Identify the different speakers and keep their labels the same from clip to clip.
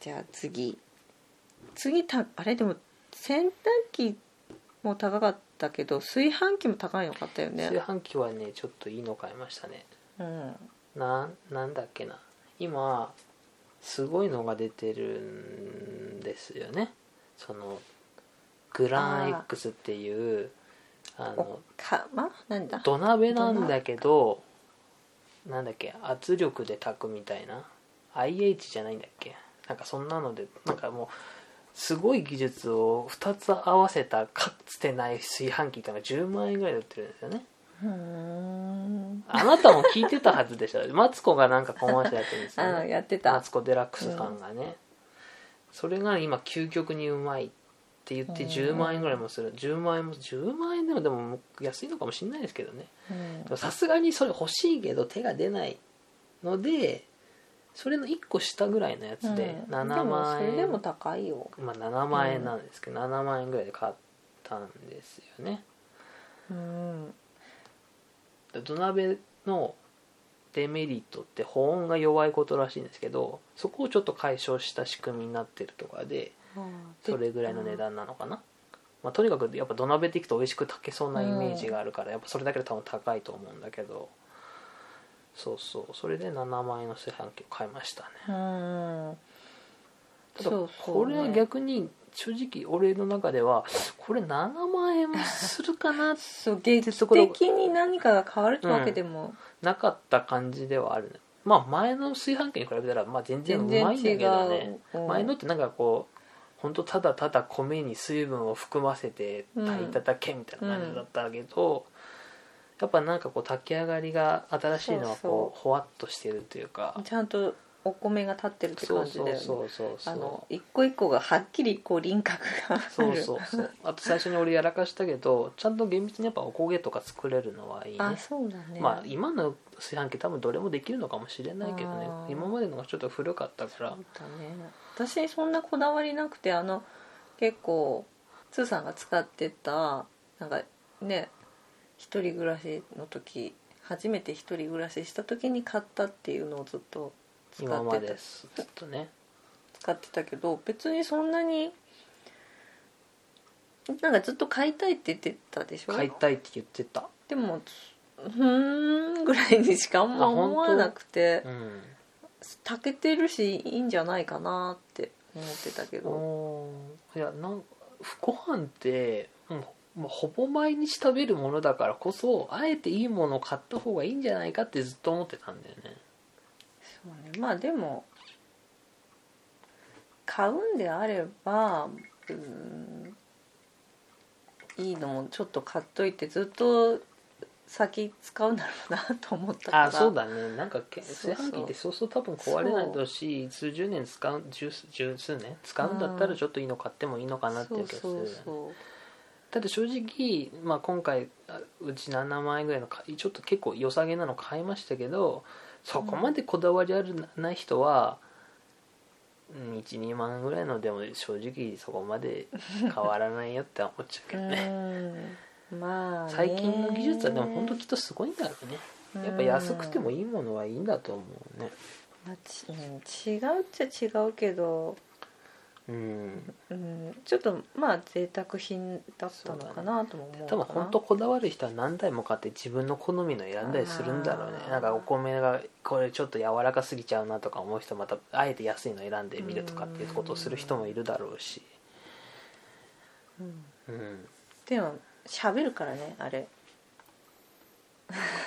Speaker 1: じゃあ次次たあれでも洗濯機も高かったけど炊飯器も高いの買ったよね
Speaker 2: 炊飯器はねちょっといいの買いましたね
Speaker 1: うん
Speaker 2: なんなんだっけな今すごいのが出てるんですよねそのグラン X っていうあの
Speaker 1: おかまなんだ
Speaker 2: 土鍋なんだけどなんだっけ圧力で炊くみたいな IH じゃないんだっけなんかそんなのでなんかもうすごい技術を2つ合わせたかつてない炊飯器ってのが10万円ぐらいで売ってるんですよね
Speaker 1: うーん
Speaker 2: あなたも聞いてたはずでしょマツコがなんかコマーシャルやってるんですよ
Speaker 1: あ
Speaker 2: ね
Speaker 1: やって
Speaker 2: マ
Speaker 1: た
Speaker 2: ツコ・デラックスさんがね、それが今究極にうまいって言って
Speaker 1: うん
Speaker 2: 10万円ぐらいもする10万円も10万円でもでも安いのかもしれないですけどね
Speaker 1: うん
Speaker 2: でもさすがにそれ欲しいけど手が出ないのでそれの1個下ぐらいのやつで
Speaker 1: うん
Speaker 2: 7万
Speaker 1: でもそれ
Speaker 2: 円、
Speaker 1: でも高いよ
Speaker 2: まあ、7万円なんですけど、7万円ぐらいで買ったんですよね
Speaker 1: うん
Speaker 2: で土鍋のデメリットって保温が弱いことらしいんですけどそこをちょっと解消した仕組みになってるとかでそれぐらいの値段なのかな、まあ、とにかくやっぱ土鍋っていくと美味しく炊けそうなイメージがあるから、やっぱそれだけで多分高いと思うんだけどそうそうそれで7万円の炊飯器を買いましたね
Speaker 1: うん
Speaker 2: た
Speaker 1: そ
Speaker 2: だ
Speaker 1: うそうね
Speaker 2: これは逆に正直俺の中ではこれ7万円もするかな
Speaker 1: そう劇
Speaker 2: ところ
Speaker 1: 的に何かが変わるってわけでも
Speaker 2: なかった感じではあるねまあ前の炊飯器に比べたらまあ全然う
Speaker 1: 全
Speaker 2: ま
Speaker 1: 然
Speaker 2: いんだ
Speaker 1: 違
Speaker 2: けどね
Speaker 1: ううん
Speaker 2: 前のってなんかこう本当ただただ米に水分を含ませて炊いただけみたいな感じだったけど、やっぱなんかこう炊き上がりが新しいのはこうほわっとしてるっていうか
Speaker 1: ちゃんとお米が立ってるって
Speaker 2: そ
Speaker 1: 感
Speaker 2: う
Speaker 1: じ
Speaker 2: そ
Speaker 1: だ
Speaker 2: う
Speaker 1: よね
Speaker 2: そうそうそ
Speaker 1: あ
Speaker 2: う
Speaker 1: の一個一個がはっきりこう輪郭がある
Speaker 2: そうそうそうあと最初に俺やらかしたけどちゃんと厳密にやっぱおこげとか作れるのはいいね
Speaker 1: あそうだね
Speaker 2: まあ今の炊飯器多分どれもできるのかもしれないけどね
Speaker 1: あー
Speaker 2: 今までのがちょっと古かったか
Speaker 1: そう
Speaker 2: ら
Speaker 1: だね私そんなこだわりなくてあの結構つーさんが使ってたなんかね一人暮らしの時初めて一人暮らしした時に買ったっていうのをずっと使
Speaker 2: 今
Speaker 1: っ
Speaker 2: ま
Speaker 1: て
Speaker 2: で
Speaker 1: た
Speaker 2: ですちょっとね
Speaker 1: 使ってたけど別にそんなになんかずっと買いたいって言ってたでしょ
Speaker 2: 買いたいって言ってた
Speaker 1: でもうーんぐらいにしかあんま
Speaker 2: あ本当
Speaker 1: 思わなくて
Speaker 2: うん
Speaker 1: 炊けてるしいいんじゃないかなって思ってたけど
Speaker 2: おーいやなんご飯って、うんまあ、ほぼ毎日食べるものだからこそあえていいものを買った方がいいんじゃないかってずっと思ってたんだよね
Speaker 1: そうねまあでも買うんであればうーんいいのをちょっと買っといてずっと先使うんだろうなと思ったから
Speaker 2: あそうだねなんかけ
Speaker 1: そうそう
Speaker 2: 炊飯器ってそうそう多分壊れないだろうし数十年使う十十数年使うんだった
Speaker 1: う
Speaker 2: ら
Speaker 1: ん
Speaker 2: ちょっといいの買ってもいいのかなって
Speaker 1: そ
Speaker 2: いうう気がする
Speaker 1: そうそう
Speaker 2: ただ正直、まあ、今回あうち7万円ぐらいのかちょっと結構良さげなの買いましたけどそこまでこだわりあるなない人は、うん、12万円ぐらいのでも正直そこまで変わらないよって思っちゃうけどね
Speaker 1: うんまあね
Speaker 2: 最近の技術はでも本当きっとすごいんだろうねやっぱ安くても
Speaker 1: いい、
Speaker 2: いいものはいいんだと思うね
Speaker 1: まあちうん違うっちゃ違うけど、
Speaker 2: うん
Speaker 1: うん、ちょっとまあ贅沢品だったのかなとも思うかな
Speaker 2: 多分本当こだわる人は何台も買って自分の好みの選んだりするんだろうね
Speaker 1: あー
Speaker 2: なんかお米がこれちょっと柔らかすぎちゃうなとか思う人またあえて安いの選んでみるとかっていうことをする人もいるだろうし
Speaker 1: うん
Speaker 2: うん
Speaker 1: でも喋るからねあれ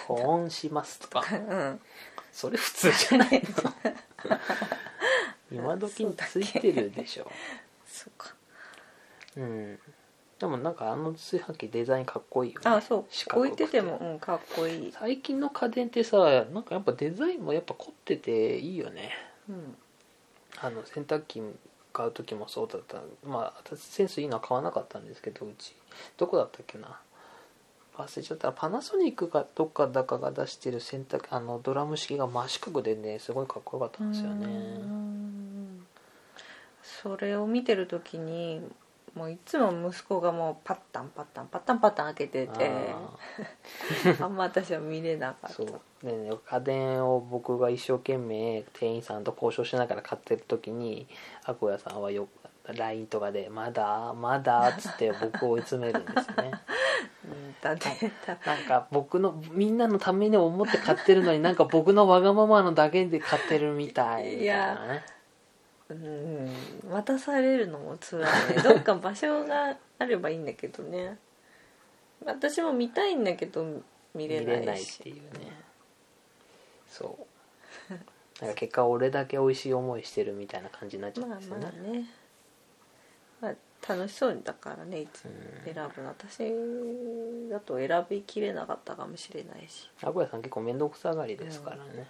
Speaker 2: 保温しますとか
Speaker 1: うん
Speaker 2: それ普通じゃないの今時についてるでしょ
Speaker 1: そうか
Speaker 2: うんでもなんかあの炊飯器デザインかっこいいよね
Speaker 1: あそう
Speaker 2: 四角く
Speaker 1: 置いてても、うん、かっこいい、
Speaker 2: 最近の家電ってさなんかやっぱデザインもやっぱ凝ってていいよね
Speaker 1: うん、
Speaker 2: あの洗濯機買う時もそうだったまあ私センスいいのは買わなかったんですけどうちどこだったっけな忘れちゃったパナソニックかどっかだかが出してる洗濯あのドラム式が真四角でねすごいかっこよかったんですよね
Speaker 1: うんそれを見てる時にもういつも息子がもうパッタンパッタンパッタンパッタン開けてて
Speaker 2: あ
Speaker 1: あんま私は見れなか
Speaker 2: ー
Speaker 1: っ
Speaker 2: そう
Speaker 1: た
Speaker 2: でね家電を僕が一生懸命店員さんと交渉しながら買ってる時にアコヤさんはよ LINE とかで「まだまだ」っつって僕を追い詰めるんですよね
Speaker 1: うんだってだ
Speaker 2: なんか僕のみんなのために思って買ってるのになんか僕のわがままのだけで買ってるみたいみたいなね
Speaker 1: うん渡されるのも辛い ねどっか場所があればいいんだけどね私も見たいんだけど見れ
Speaker 2: 見れ
Speaker 1: な
Speaker 2: ないいっ
Speaker 1: して
Speaker 2: いうねそうなんか結果俺だけ美味しい思いしてるみたいな感じになっちゃ
Speaker 1: ま
Speaker 2: う
Speaker 1: あ
Speaker 2: ん
Speaker 1: ま
Speaker 2: ですよね、
Speaker 1: あね、まあ、楽しそうだからねいつも
Speaker 2: う
Speaker 1: 選
Speaker 2: ん
Speaker 1: ぶの私だと選びきれなかったかもしれないし
Speaker 2: 名古屋さん結構面倒くさがりですからね、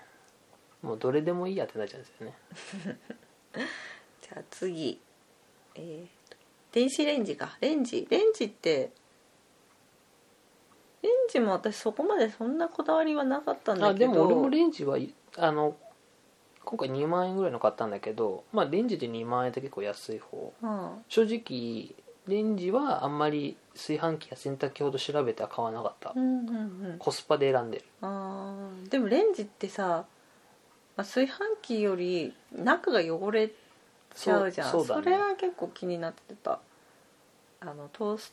Speaker 2: もうどれでもいいやってなっちゃうんですよね
Speaker 1: じゃあ次えーと電子レンジかレンジレンジってレンジも私そこまでそんなこだわりはなかったんだ
Speaker 2: あ
Speaker 1: けど
Speaker 2: でも俺もレンジはいあの今回2万円ぐらいの買ったんだけどまあレンジで2万円って結構安い方
Speaker 1: うん
Speaker 2: 正直レンジはあんまり炊飯器や洗濯機ほど調べては買わなかった、
Speaker 1: うんうんうん
Speaker 2: コスパで選んでる
Speaker 1: あーでもレンジってさ、まあ、炊飯器より中が汚れちゃうじゃん
Speaker 2: そ
Speaker 1: そう
Speaker 2: そうだ
Speaker 1: れ
Speaker 2: ね
Speaker 1: は結構気になってたあのトース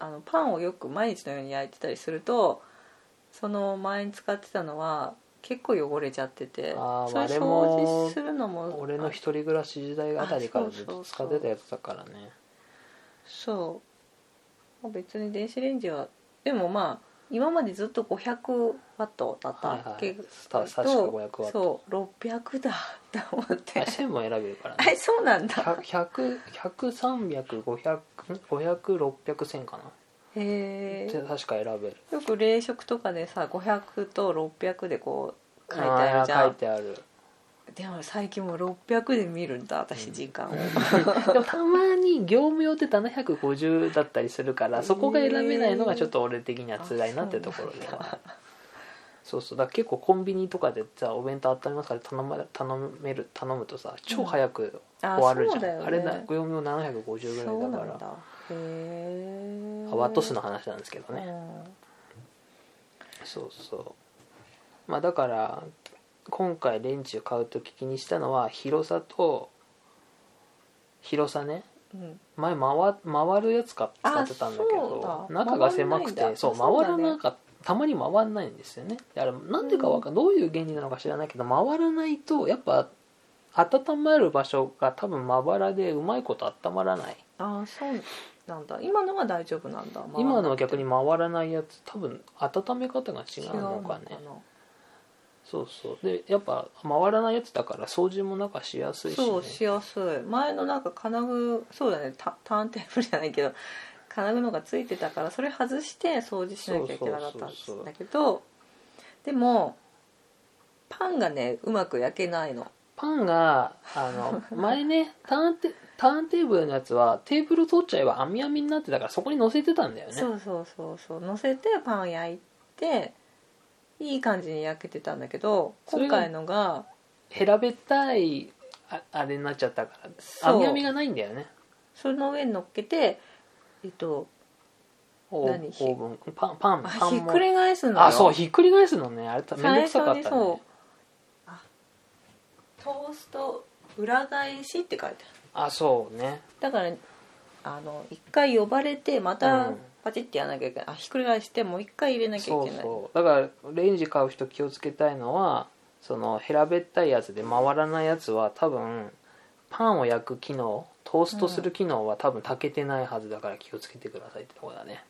Speaker 1: あのパンをよく毎日のように焼いてたりするとその前に使ってたのは結構汚れちゃってて
Speaker 2: あー
Speaker 1: それ
Speaker 2: あれ
Speaker 1: 掃
Speaker 2: も
Speaker 1: 除するのも
Speaker 2: 俺の一人暮らし時代あたりからずっと使ってたやつだからね
Speaker 1: そうまあ別に電子レンジはでもまあ今までずっと500ワットだった
Speaker 2: はい
Speaker 1: わ
Speaker 2: は
Speaker 1: け
Speaker 2: いさ確か500ワット
Speaker 1: そう600だと思って
Speaker 2: あ線も選べるから
Speaker 1: あ
Speaker 2: ね
Speaker 1: そうなんだ
Speaker 2: 1001003005006001000かな
Speaker 1: へ
Speaker 2: で
Speaker 1: え
Speaker 2: 確か選べる
Speaker 1: よく冷食とかでさ500と600でこう書いてあ
Speaker 2: あ
Speaker 1: るじゃ
Speaker 2: ー書い
Speaker 1: ん
Speaker 2: てある
Speaker 1: でも最近もう600で見るんだ私時間を、
Speaker 2: でもたまに業務用って750だったりする からそこが選べないのがちょっと俺的には辛いなってところではそうそうだから結構コンビニとかでさお弁当温めますから頼ま頼める頼むとさ超早く終わるじゃん、
Speaker 1: あそ
Speaker 2: あ
Speaker 1: うだ
Speaker 2: れ
Speaker 1: よね
Speaker 2: な業務用750
Speaker 1: そ
Speaker 2: ぐら
Speaker 1: う
Speaker 2: い
Speaker 1: な
Speaker 2: だか
Speaker 1: ん
Speaker 2: ら
Speaker 1: だへえ
Speaker 2: あワット数の話なんですけどね、
Speaker 1: ね
Speaker 2: そうそうまあだから今回レンジを買う時気にしたのは広さと広さね
Speaker 1: うん
Speaker 2: 前回回るやつか使ってたんだけ
Speaker 1: あ
Speaker 2: ど
Speaker 1: そうだ
Speaker 2: 中が狭く
Speaker 1: 回らないん
Speaker 2: て
Speaker 1: だ
Speaker 2: そう
Speaker 1: そう
Speaker 2: 回
Speaker 1: だ
Speaker 2: ら
Speaker 1: ね
Speaker 2: なかったたまに回らないんですよねであれなんでかわかんどういう原理なのか知らないけど回らないとやっぱ温まる場所が多分まばらでうまいこと温まらない
Speaker 1: ああそうなんだ今のは大丈夫なんだ回らなくて
Speaker 2: 今のは逆に回らないやつ多分温め方が違うのかねそうそうでやっぱ回らないやつだから掃除もなんかしやすいし、ね、
Speaker 1: そうしやすい前のなんか金具そうだねタターンテーブルじゃないけど金具のがついてたからそれ外して掃除しなきゃいけなかったん
Speaker 2: そうそうそうそう
Speaker 1: だけどでもパンがねうまく焼けないの
Speaker 2: パンがあの前ねターンテターンテーブルのやつはテーブル取っちゃえば網網になってたからそこに乗せてたんだよね
Speaker 1: そうそうそうそう乗せてパン焼いていい感じに焼けてたんだけど
Speaker 2: それ
Speaker 1: 今
Speaker 2: が
Speaker 1: 回のが
Speaker 2: 平べったいああれになっちゃったから
Speaker 1: そう
Speaker 2: 網網がないんだよね
Speaker 1: その上に乗っけてえっと
Speaker 2: オー
Speaker 1: 何ひ
Speaker 2: オーブンパンパン
Speaker 1: あ
Speaker 2: パン
Speaker 1: ひっくり返すのよ
Speaker 2: あそうひっくり返すのねあれためんど
Speaker 1: 最
Speaker 2: く
Speaker 1: 初
Speaker 2: さかっ
Speaker 1: に
Speaker 2: た
Speaker 1: そう
Speaker 2: ね
Speaker 1: あトースト裏返しって書いてある
Speaker 2: あそうね
Speaker 1: だからあの一回呼ばれてま
Speaker 2: う
Speaker 1: た
Speaker 2: ん
Speaker 1: パチッてやらなきゃいけない、あひっくり返してもう一回入れなきゃいけない
Speaker 2: そうそうだからレンジ買う人気をつけたいのはその平べったいやつで回らないやつは多分パンを焼く機能トーストする機能は多分たけてないはずだから気をつけてくださいってとこだね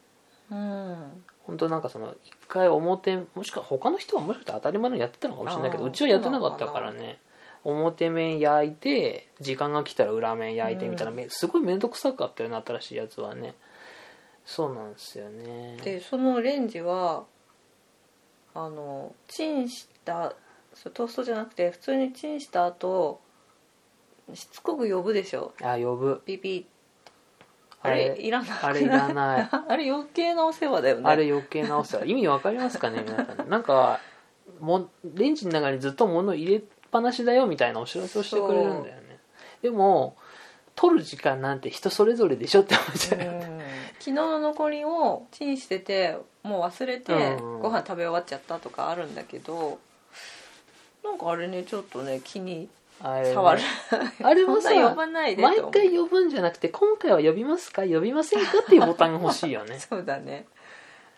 Speaker 1: うん
Speaker 2: 本当なんかその一回表もしくは他の人はもしかしたら当たり前のようにやってたのかもしれないけど
Speaker 1: あー
Speaker 2: うちはやってなかったからね表面焼いて時間が来たら裏面焼いてみたいな、
Speaker 1: うん
Speaker 2: めすごい面倒くさかったよね新しいやつはねそうなんですよね
Speaker 1: でそのレンジはあのチンしたそうトーストじゃなくて普通にチンした後しつこく呼ぶでしょ
Speaker 2: あ呼ぶ
Speaker 1: ピピ
Speaker 2: あ
Speaker 1: あ
Speaker 2: れ
Speaker 1: れいらな くない
Speaker 2: あれいらない
Speaker 1: あれ余計なお世話だよね
Speaker 2: あれ余計直した意味わかりますかね皆さんなんかもレンジの中にずっと物入れっぱなしだよみたいなお知らせをしてくれるんだよねでも取る時間なんて人それぞれでしょって思っちゃうよね
Speaker 1: 昨日の残りをチンしててもう忘れて
Speaker 2: うんうん
Speaker 1: ご飯食べ終わっちゃったとかあるんだけどなんかあれねちょっとね気に
Speaker 2: あれ
Speaker 1: 触る
Speaker 2: あれ
Speaker 1: そ
Speaker 2: も
Speaker 1: んな
Speaker 2: さ
Speaker 1: 呼ばないでと
Speaker 2: 毎回呼ぶんじゃなくて今回は呼びますか呼びませんかっていうボタンが欲しいよ ね
Speaker 1: そうだね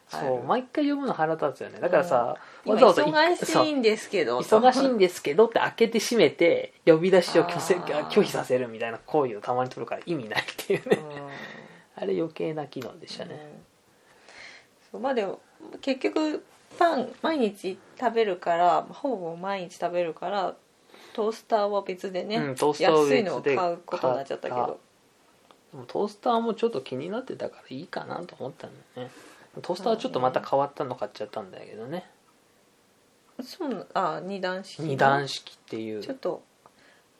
Speaker 2: そ
Speaker 1: あ
Speaker 2: う
Speaker 1: る
Speaker 2: 毎回呼ぶの腹立つよねだからさ、
Speaker 1: 今
Speaker 2: わざわざ
Speaker 1: 忙しい
Speaker 2: い
Speaker 1: んですけど
Speaker 2: そう忙しい
Speaker 1: と
Speaker 2: んですけどって開けて閉めて呼び出しを拒せ
Speaker 1: あー
Speaker 2: 拒否させるみたいな行為をたまに取るから意味ないっていうね
Speaker 1: う
Speaker 2: あれ余計な機能でした
Speaker 1: ん
Speaker 2: ね、
Speaker 1: そうまあでも結局パン毎日食べるからほぼ毎日食べるからトースターは別でね、
Speaker 2: うんトースターは
Speaker 1: 安
Speaker 2: 別で
Speaker 1: いのを買うことになっちゃったけ
Speaker 2: 買っ
Speaker 1: ど
Speaker 2: でもトースターもちょっと気になってたからいいかなと思ったんだよねトースターはちょっとまた変わったの買っちゃったんだけどね
Speaker 1: そうなあ二段式の
Speaker 2: 二段式っていう
Speaker 1: ちょっ
Speaker 2: 結
Speaker 1: と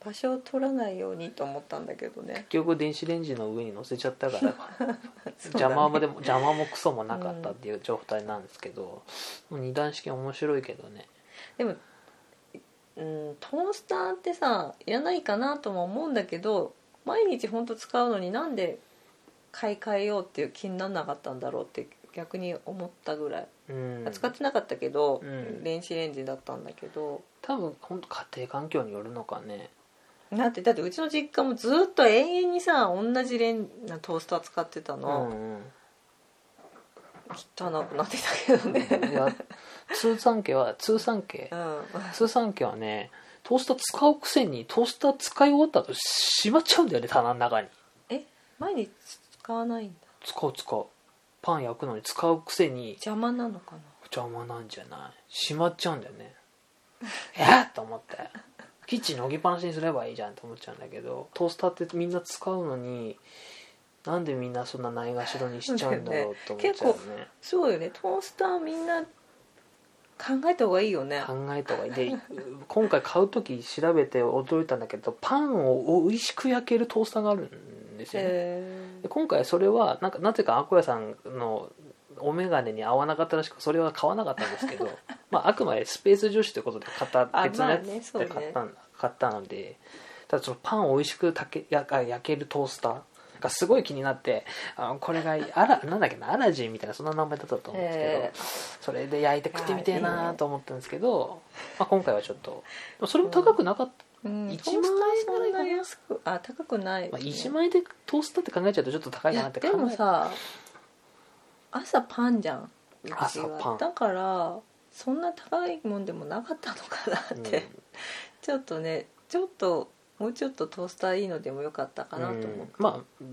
Speaker 1: 場所を取らないようにと思ったんだけどね
Speaker 2: 局電子レンジの上に乗せちゃったから
Speaker 1: そ うだ
Speaker 2: 邪
Speaker 1: ね
Speaker 2: 魔もで も邪魔もクソもなかったっていう状態なんですけど、二段式面白いけどね
Speaker 1: でもうんトースターってさいらないかなとも思うんだけど毎日ほんと使うのになんで買い替えようっていう気にならなかったんだろうって逆に思ったぐらい、
Speaker 2: うん
Speaker 1: 使ってなかったけど、
Speaker 2: うん
Speaker 1: 電子レンジだったんだけど
Speaker 2: 多分本当家庭環境によるのかね
Speaker 1: だってだってうちの実家もずっと永遠にさ同じレントースター使ってた
Speaker 2: う
Speaker 1: の、
Speaker 2: ん、うん、
Speaker 1: 汚くなってたけどね、
Speaker 2: いや通産家は通産家
Speaker 1: うん、
Speaker 2: 通産家はねトースター使うくせにトースター使い終わった後しまっちゃうんだよね棚の中に
Speaker 1: 毎日使わないんだ
Speaker 2: 使う使うパン焼くのに使うくせに
Speaker 1: 邪魔なのかな
Speaker 2: 邪魔なんじゃないしまっちゃうんだよね えっと思ってキッチンに置きっぱなしにすればいいじゃんと思っちゃうんだけどトースターってみんな使うのになんでみんなそんなないがしろにしちゃうんだろうと思っちゃうよね
Speaker 1: そうよねトースターみんな考えた方がいいよね
Speaker 2: 考えた方がいいで今回買う時調べて驚いたんだけどパンを美味しく焼けるトースターがあるんですよね
Speaker 1: へ
Speaker 2: で今回それはなんかなぜかアコヤさんのお眼鏡に合わなかったらしくそれは買わなかったんです けどまああくまでスペース女子ということで買った
Speaker 1: あ
Speaker 2: 別のやつ
Speaker 1: まあねそう
Speaker 2: で
Speaker 1: ね
Speaker 2: 買った,、買ったのでただそのパンを美味しくたけやあ焼けるトースターがすごい気になってあのこれがあらなんだっけなアラジンみたいなそんな名前だったと思うんですけど、
Speaker 1: え
Speaker 2: それで焼いて食ってみてえ
Speaker 1: いやいい
Speaker 2: な
Speaker 1: ね
Speaker 2: と思ったんですけど、まあ、今回はちょっとでもそれも高くなかった、
Speaker 1: うん
Speaker 2: 1万円
Speaker 1: トースターそんな
Speaker 2: ぐらいかな
Speaker 1: 安くあ高くない
Speaker 2: まあ、1
Speaker 1: 万
Speaker 2: 万円でトースターって考えちゃうとちょっと高い
Speaker 1: い
Speaker 2: かなっ
Speaker 1: や
Speaker 2: て
Speaker 1: で
Speaker 2: 考
Speaker 1: も
Speaker 2: え
Speaker 1: さ朝パンじゃんうちは
Speaker 2: 朝パン
Speaker 1: だからそんな高いもんでもなかったのかなって、
Speaker 2: うん
Speaker 1: ちょっとねちょっともうちょっとトースターいいのでもよかったかなと思う、
Speaker 2: うんまあ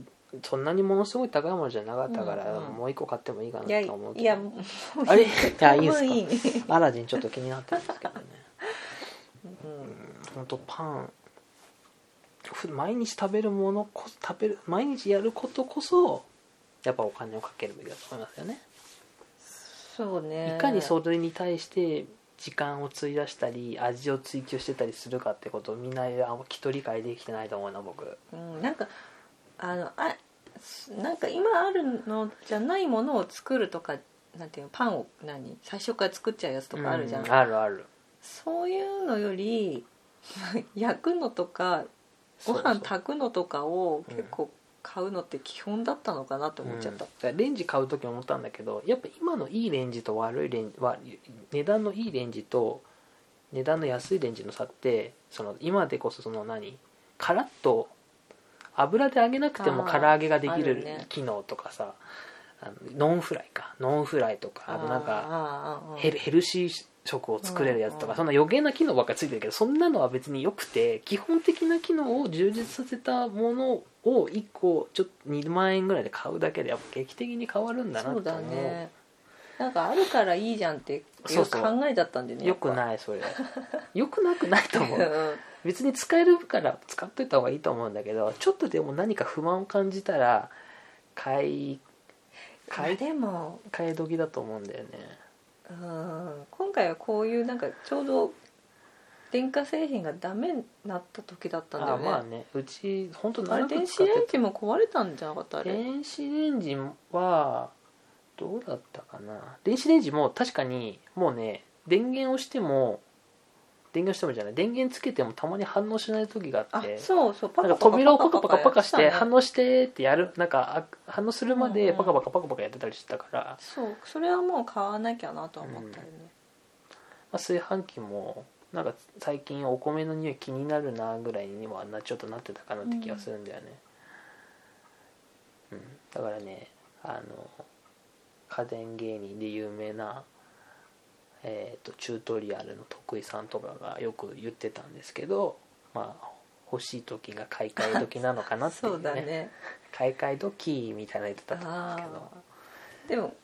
Speaker 2: そんなにものすごい高いものじゃなかったから、
Speaker 1: うんうん
Speaker 2: もう一個買ってもいいか
Speaker 1: いや
Speaker 2: ないと思うけど
Speaker 1: やもう
Speaker 2: あれいやいいですか
Speaker 1: いいですか
Speaker 2: アラジンちょっと気になってるんですけどね
Speaker 1: うん
Speaker 2: 本当パンふ毎日食べるものこ食べる毎日やることこそやっぱお金をかけるべきだと思いますよね、
Speaker 1: そうね
Speaker 2: いかにそれに対して時間を費やしたり味を追求してたりするかってことをみんなあんまきっと理解できてないと思うな僕
Speaker 1: うん、なんかあのあすなんか今あるのじゃないものを作るとかなんていうのパンを何最初から作っちゃうやつとかあるじゃん、
Speaker 2: うあるある
Speaker 1: そういうのより 焼くのとかご
Speaker 2: そう
Speaker 1: 飯
Speaker 2: そう
Speaker 1: 炊くのとかを
Speaker 2: うん
Speaker 1: 結構買うのって基本だったのかなと思っちゃった、
Speaker 2: うんだからレンジ買う時も思ったんだけどやっぱ今のいいレンジと悪いレンジわ値段のいいレンジと値段の安いレンジの差ってその今でこそその何カラッと油で揚げなくても
Speaker 1: あ
Speaker 2: 唐
Speaker 1: ー
Speaker 2: 揚げができ
Speaker 1: あ
Speaker 2: る
Speaker 1: るね
Speaker 2: 機能とかさあのノンフライかノンフライとかあとなん
Speaker 1: あー
Speaker 2: か
Speaker 1: あーあー
Speaker 2: ヘルヘルシー食を作れるやつと
Speaker 1: うんう
Speaker 2: か
Speaker 1: ん
Speaker 2: そんな余計な機能ばっかりついてるけどそんなのは別によくて基本的な機能を充実させたものを1個ちょっと2万円ぐらいで買うだけでやっぱ劇的に変わるんだな
Speaker 1: そう
Speaker 2: と
Speaker 1: だ
Speaker 2: 思う
Speaker 1: ねなんかあるからいいじゃんっていう
Speaker 2: そうそう
Speaker 1: 考えだったんでね
Speaker 2: よくな いそれよくなくないと
Speaker 1: やっぱ
Speaker 2: 思う別に使えるから使っといた方がいいと思うんだけどちょっとでも何か不満を感じたら買い
Speaker 1: う
Speaker 2: 買
Speaker 1: ん
Speaker 2: い
Speaker 1: でも
Speaker 2: 買い時だと思うんだよね
Speaker 1: うん今回はこういうなんかちょうど電化製品がダメになった時だったんだよ
Speaker 2: あ
Speaker 1: ね
Speaker 2: ま
Speaker 1: あ
Speaker 2: あねうち本当
Speaker 1: れ
Speaker 2: 長く
Speaker 1: 電
Speaker 2: 使
Speaker 1: 子
Speaker 2: って
Speaker 1: レン
Speaker 2: た
Speaker 1: ジも壊れたんじゃなかったあれ、
Speaker 2: 電子レンジはどうだったかな電子レンジも確かにもうね電源をしても電源してもじゃない電源つけてもたまに反応しない時があ
Speaker 1: あ
Speaker 2: って
Speaker 1: そうそうパ
Speaker 2: なんか扉をパカパカパカして
Speaker 1: やってたね
Speaker 2: 反応してってやるなんかあ反応するま
Speaker 1: うん
Speaker 2: で
Speaker 1: うん
Speaker 2: パカパカパカパカやってたりしてたから、
Speaker 1: そうそれはもう買わなきゃなとは思ったよね、
Speaker 2: まあ、炊飯器もなんか最近お米の匂い気になるなぐらいにはなちょっとなってたかなって気がするんだよね、うんだからねあの家電芸人で有名な、えー、とチュートリアルの徳井さんとかがよく言ってたんですけどまあ欲しい時が買い替え時なのかなって い
Speaker 1: そううだ
Speaker 2: ね
Speaker 1: ね
Speaker 2: 買い替え時みたいなの言ってたと思うんですけど
Speaker 1: あーでも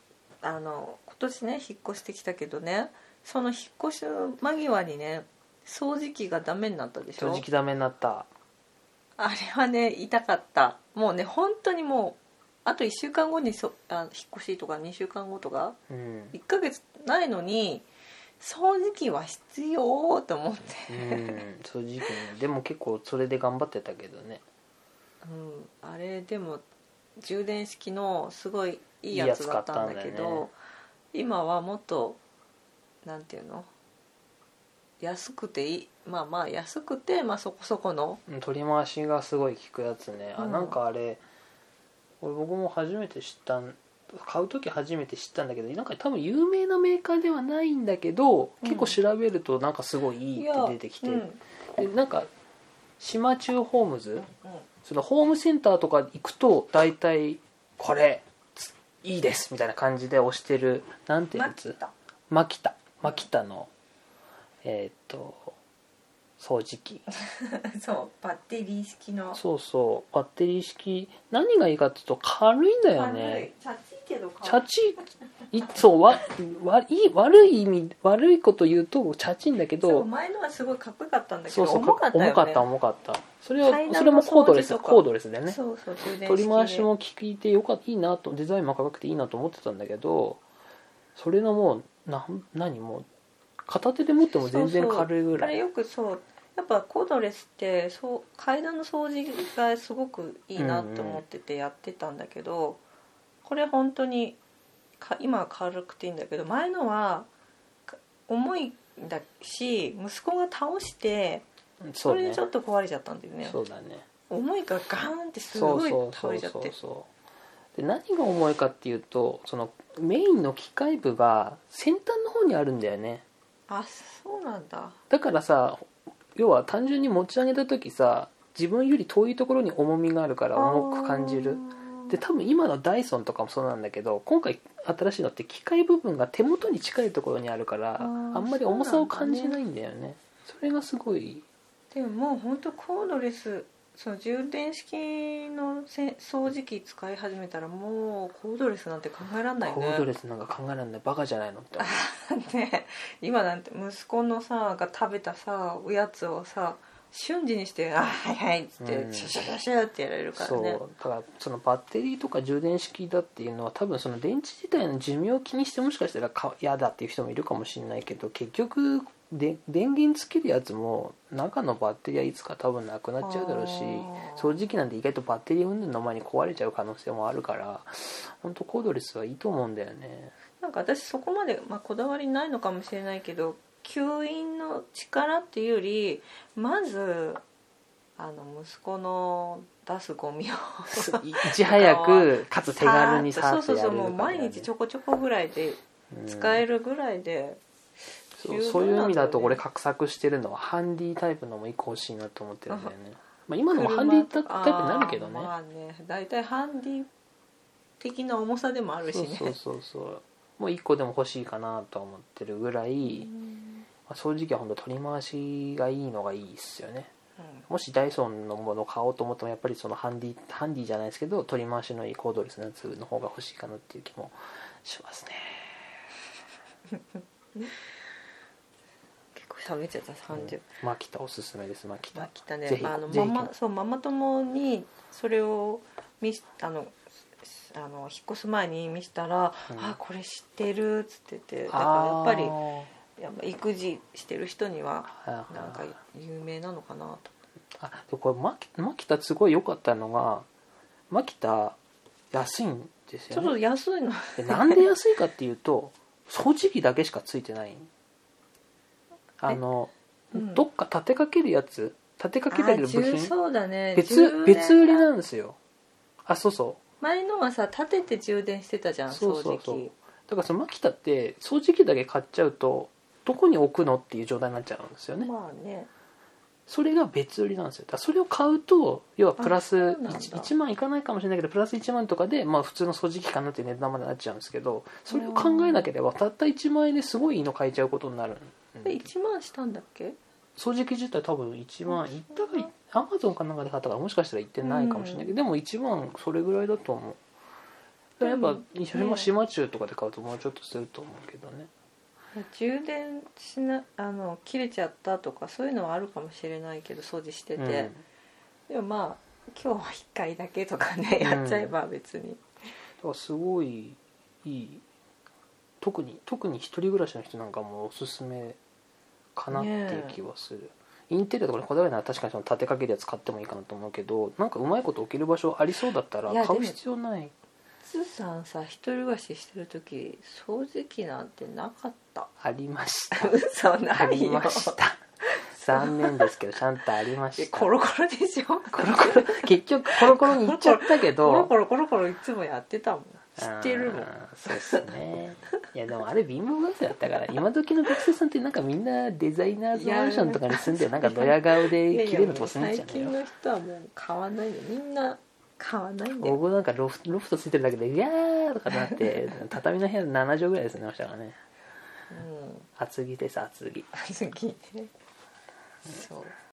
Speaker 1: あの今年ね引っ越してきたけどねその引っ越しの間際にね掃除機がダメになったでし
Speaker 2: 正
Speaker 1: ょ
Speaker 2: 直ダメになった
Speaker 1: あれはね痛かったもうね本当にもうあと1週間後にそあ引っ越しとか2週間後とか
Speaker 2: うん
Speaker 1: 1ヶ月ないのに掃除機は必要と思って、
Speaker 2: うん正直ねでも結構それで頑張ってたけどね
Speaker 1: うん、あれでも充電式のすごいいいやつだったんだけ
Speaker 2: いいやつ買ったんだよ
Speaker 1: ど今はもっとなんていうの安くていいまあまあ安くて、まあ、そこそこの
Speaker 2: うん取り回しがすごい効くやつねあ
Speaker 1: うん
Speaker 2: なんかあれ俺僕も初めて知ったん買う時初めて知ったんだけどなんか多分有名なメーカーではないんだけど、
Speaker 1: うん
Speaker 2: 結構調べるとなんかすごいいいって出てきて、
Speaker 1: いや
Speaker 2: でなんか島中ホームズ
Speaker 1: うんうん
Speaker 2: そのホームセンターとか行くと大体これついいですみたいな感じで押してるなんていう
Speaker 1: マ
Speaker 2: や
Speaker 1: ッキ
Speaker 2: つ
Speaker 1: ーだ
Speaker 2: マキタマキタのえーっと掃除機
Speaker 1: そうバッテリー式の
Speaker 2: そうそうバッテリー式何がいいかっていうと軽いんだよね
Speaker 1: チャチいけどか
Speaker 2: チャチいそうわわいい悪い意味悪いこと言うとチャチいんだけ
Speaker 1: そう
Speaker 2: ど
Speaker 1: 前のはすごいかっこよかったんだけ
Speaker 2: そ
Speaker 1: ど
Speaker 2: うそう
Speaker 1: 重かったよね
Speaker 2: 重かった重かったそれ
Speaker 1: 階段の
Speaker 2: はそれもコードレ
Speaker 1: 掃
Speaker 2: ス
Speaker 1: 除とか
Speaker 2: コードレスでね
Speaker 1: そうそう充電式で
Speaker 2: 取り回しも効いてよかったいいなとデザインも高くていいなと思ってたんだけどそれのもうなん何もう片手で持っても全然軽いぐ
Speaker 1: あ
Speaker 2: らい
Speaker 1: れよくそうやっぱコードレスってそう階段の掃除がすごくいいなと思っててやってたんだけど、これ本当にか今は軽くていいんだけど前のはか重いんだし息子が倒してそ
Speaker 2: そう
Speaker 1: れ
Speaker 2: ね
Speaker 1: でちょっと壊れちゃったんだよね
Speaker 2: そうだね
Speaker 1: 重いからガーンってす
Speaker 2: そう
Speaker 1: ごい
Speaker 2: そう
Speaker 1: 倒
Speaker 2: そう
Speaker 1: れちゃって
Speaker 2: そうそうで何が重いかっていうとそのメインの機械部が先端の方にあるんだよね
Speaker 1: あそうなんだ
Speaker 2: だからさ要は単純に持ち上げた時さ自分より遠いところに重みがあるから重く感じる
Speaker 1: あー
Speaker 2: で多分今のダイソンとかもそうなんだけど今回新しいのって機械部分が手元に近いところにあるから
Speaker 1: あー
Speaker 2: あんまり重さを感じ
Speaker 1: そう
Speaker 2: な
Speaker 1: ない
Speaker 2: んだよねそれがすごい
Speaker 1: でももう本当コードレスその充電式のせ掃除機使い始めたらもうコードレスなんて考えられないね
Speaker 2: コードレスなんか考えられないバカじゃないのって思う
Speaker 1: ね今なんて息子のさが食べたさおやつをさ瞬時にして「あはいはい」っつって、
Speaker 2: うん
Speaker 1: シャシャシャシャってやられるからね
Speaker 2: そうだからそのバッテリーとか充電式だっていうのは多分その電池自体の寿命を気にしてもしかしたらか嫌だっていう人もいるかもしれないけど結局で電源つけるやつも中のバッテリーはいつか多分なくなっちゃうだろうし
Speaker 1: あー
Speaker 2: 掃除機なんて意外とバッテリー運動の前に壊れちゃう可能性もあるから本当コードレスはいいと思うんだよね
Speaker 1: なんか私そこまで、まあ、こだわりないのかもしれないけど吸引の力っていうよりまずあの息子の出すゴミを
Speaker 2: いち早くかつ手軽に
Speaker 1: さ
Speaker 2: さ
Speaker 1: ーっ
Speaker 2: ーっ
Speaker 1: とそ
Speaker 2: と
Speaker 1: う
Speaker 2: や
Speaker 1: そう
Speaker 2: れ
Speaker 1: そう
Speaker 2: る
Speaker 1: もう
Speaker 2: からね
Speaker 1: 毎日ちょこちょこぐらいで使えるぐらいで、
Speaker 2: そう
Speaker 1: 十分
Speaker 2: そういう
Speaker 1: な
Speaker 2: 意味だと
Speaker 1: んだよね
Speaker 2: 俺画策してるのはハンディタイプのも一個欲しいなと思ってるんだよね、まあ、今のもハンディタイプ
Speaker 1: 車
Speaker 2: になるけどね,、
Speaker 1: あーまあね大体ハンディ的な重さでもあるし
Speaker 2: そう
Speaker 1: ね
Speaker 2: そうそうそうもう一個でも欲しいかなとは思ってるぐらい、
Speaker 1: うん
Speaker 2: まあ、掃除機は本当取り回しがいいのがいいっすよねもしダイソンのものを買おうと思ってもやっぱりそのハンディハンディじゃないですけど取り回しのいいコードレスのやつの方が欲しいかなっていう気もしますね
Speaker 1: 結構下げちゃった30
Speaker 2: うんマキタおすすめですマキ
Speaker 1: まあ
Speaker 2: タ
Speaker 1: 来たね
Speaker 2: ぜひ
Speaker 1: あの
Speaker 2: ぜ
Speaker 1: マ
Speaker 2: ひ
Speaker 1: マそうママ友にそれを見しあのあの引っ越す前に見したら「
Speaker 2: うん
Speaker 1: あこれ知ってる」っつっててだからやっぱ
Speaker 2: あ
Speaker 1: りやっぱ育児してる人には
Speaker 2: ーはい
Speaker 1: なんか有名なのかなと
Speaker 2: あでこれマキマキタすごい良かったのがマキタ安いんです
Speaker 1: ちょ
Speaker 2: よ
Speaker 1: っと
Speaker 2: ね
Speaker 1: 安いの
Speaker 2: でなんで安いかっていうと掃除機だけしかついてないあの
Speaker 1: うん
Speaker 2: どっか立てかけるやつ立てかけたけ
Speaker 1: あ
Speaker 2: ど部
Speaker 1: 重
Speaker 2: 品
Speaker 1: そうだね
Speaker 2: 別
Speaker 1: 10
Speaker 2: 別売りなん
Speaker 1: だ
Speaker 2: ですよあそうそう
Speaker 1: 前のはさ立てて充電してたじゃん掃
Speaker 2: そう
Speaker 1: 除機
Speaker 2: そうそうだからそのマキタって掃除機だけ買っちゃうとどこに置くのっていう状態になっちゃうんですよね
Speaker 1: まあね
Speaker 2: それが別売りなんですよだからそれを買うと要はプラス
Speaker 1: あそうなんだ
Speaker 2: 1, 万いかないかもしれないけどプラス1万とかで、まあ、普通の掃除機かなっていう値段までなっちゃうんですけどそれを考えなければたった1万円ですごいいいの買えちゃうことになる、うん
Speaker 1: え1万したんだっけ
Speaker 2: 掃除機自体多分1万いった
Speaker 1: うん
Speaker 2: かアマゾンかなんかで買ったからもしかしたら行ってないかもしれないけど、でも1万それぐらいだと思うだからやっ
Speaker 1: で
Speaker 2: ぱ
Speaker 1: も
Speaker 2: 一緒に島中とかで買うともうちょっとすると思うけどね
Speaker 1: 充電しなあの切れちゃったとかそういうのはあるかもしれないけど掃除してて、
Speaker 2: うん
Speaker 1: でもまあ今日は1回だけとかね
Speaker 2: うん
Speaker 1: やっちゃえば別に、
Speaker 2: だからすごいいい特に特に一人暮らしの人なんかもおすすめかなっていう気はする、インテリアとかにこだわるなら確かにその立てかけるやつ買ってもいいかなと思うけどなんかうまいこと置ける場所ありそうだったら
Speaker 1: いや
Speaker 2: 買う
Speaker 1: でも
Speaker 2: 必要ない
Speaker 1: つーさんさ一人暮らししてる時掃除機なんてなかった
Speaker 2: ありまし た
Speaker 1: 嘘
Speaker 2: あ
Speaker 1: ない
Speaker 2: り
Speaker 1: よ
Speaker 2: ました 残念ですけどちゃんとあり ま
Speaker 1: え
Speaker 2: した
Speaker 1: コロコロでしょ
Speaker 2: コロコロ 結局コロコロに行っちゃったけ
Speaker 1: コロ
Speaker 2: ど
Speaker 1: コロコロコロいつもやってたもん知ってるもん
Speaker 2: あーそうっすねいやでもあれ貧乏学生だったから今時の学生さんってなんかみんなデザイナーズマンションとかに住んでなんかドヤ顔
Speaker 1: いや
Speaker 2: で
Speaker 1: い
Speaker 2: 綺
Speaker 1: や
Speaker 2: 麗なと
Speaker 1: も
Speaker 2: こ
Speaker 1: う
Speaker 2: 住んで
Speaker 1: 最
Speaker 2: んじゃねえ
Speaker 1: 近
Speaker 2: よ
Speaker 1: の人はもう買わないよみんな買わないんだよ
Speaker 2: 僕なんかロフロフトついてるだけで「いやー」とかなって畳の部屋7畳ぐらいで住んでましたからね
Speaker 1: うん
Speaker 2: 厚着です厚着
Speaker 1: 次ねそう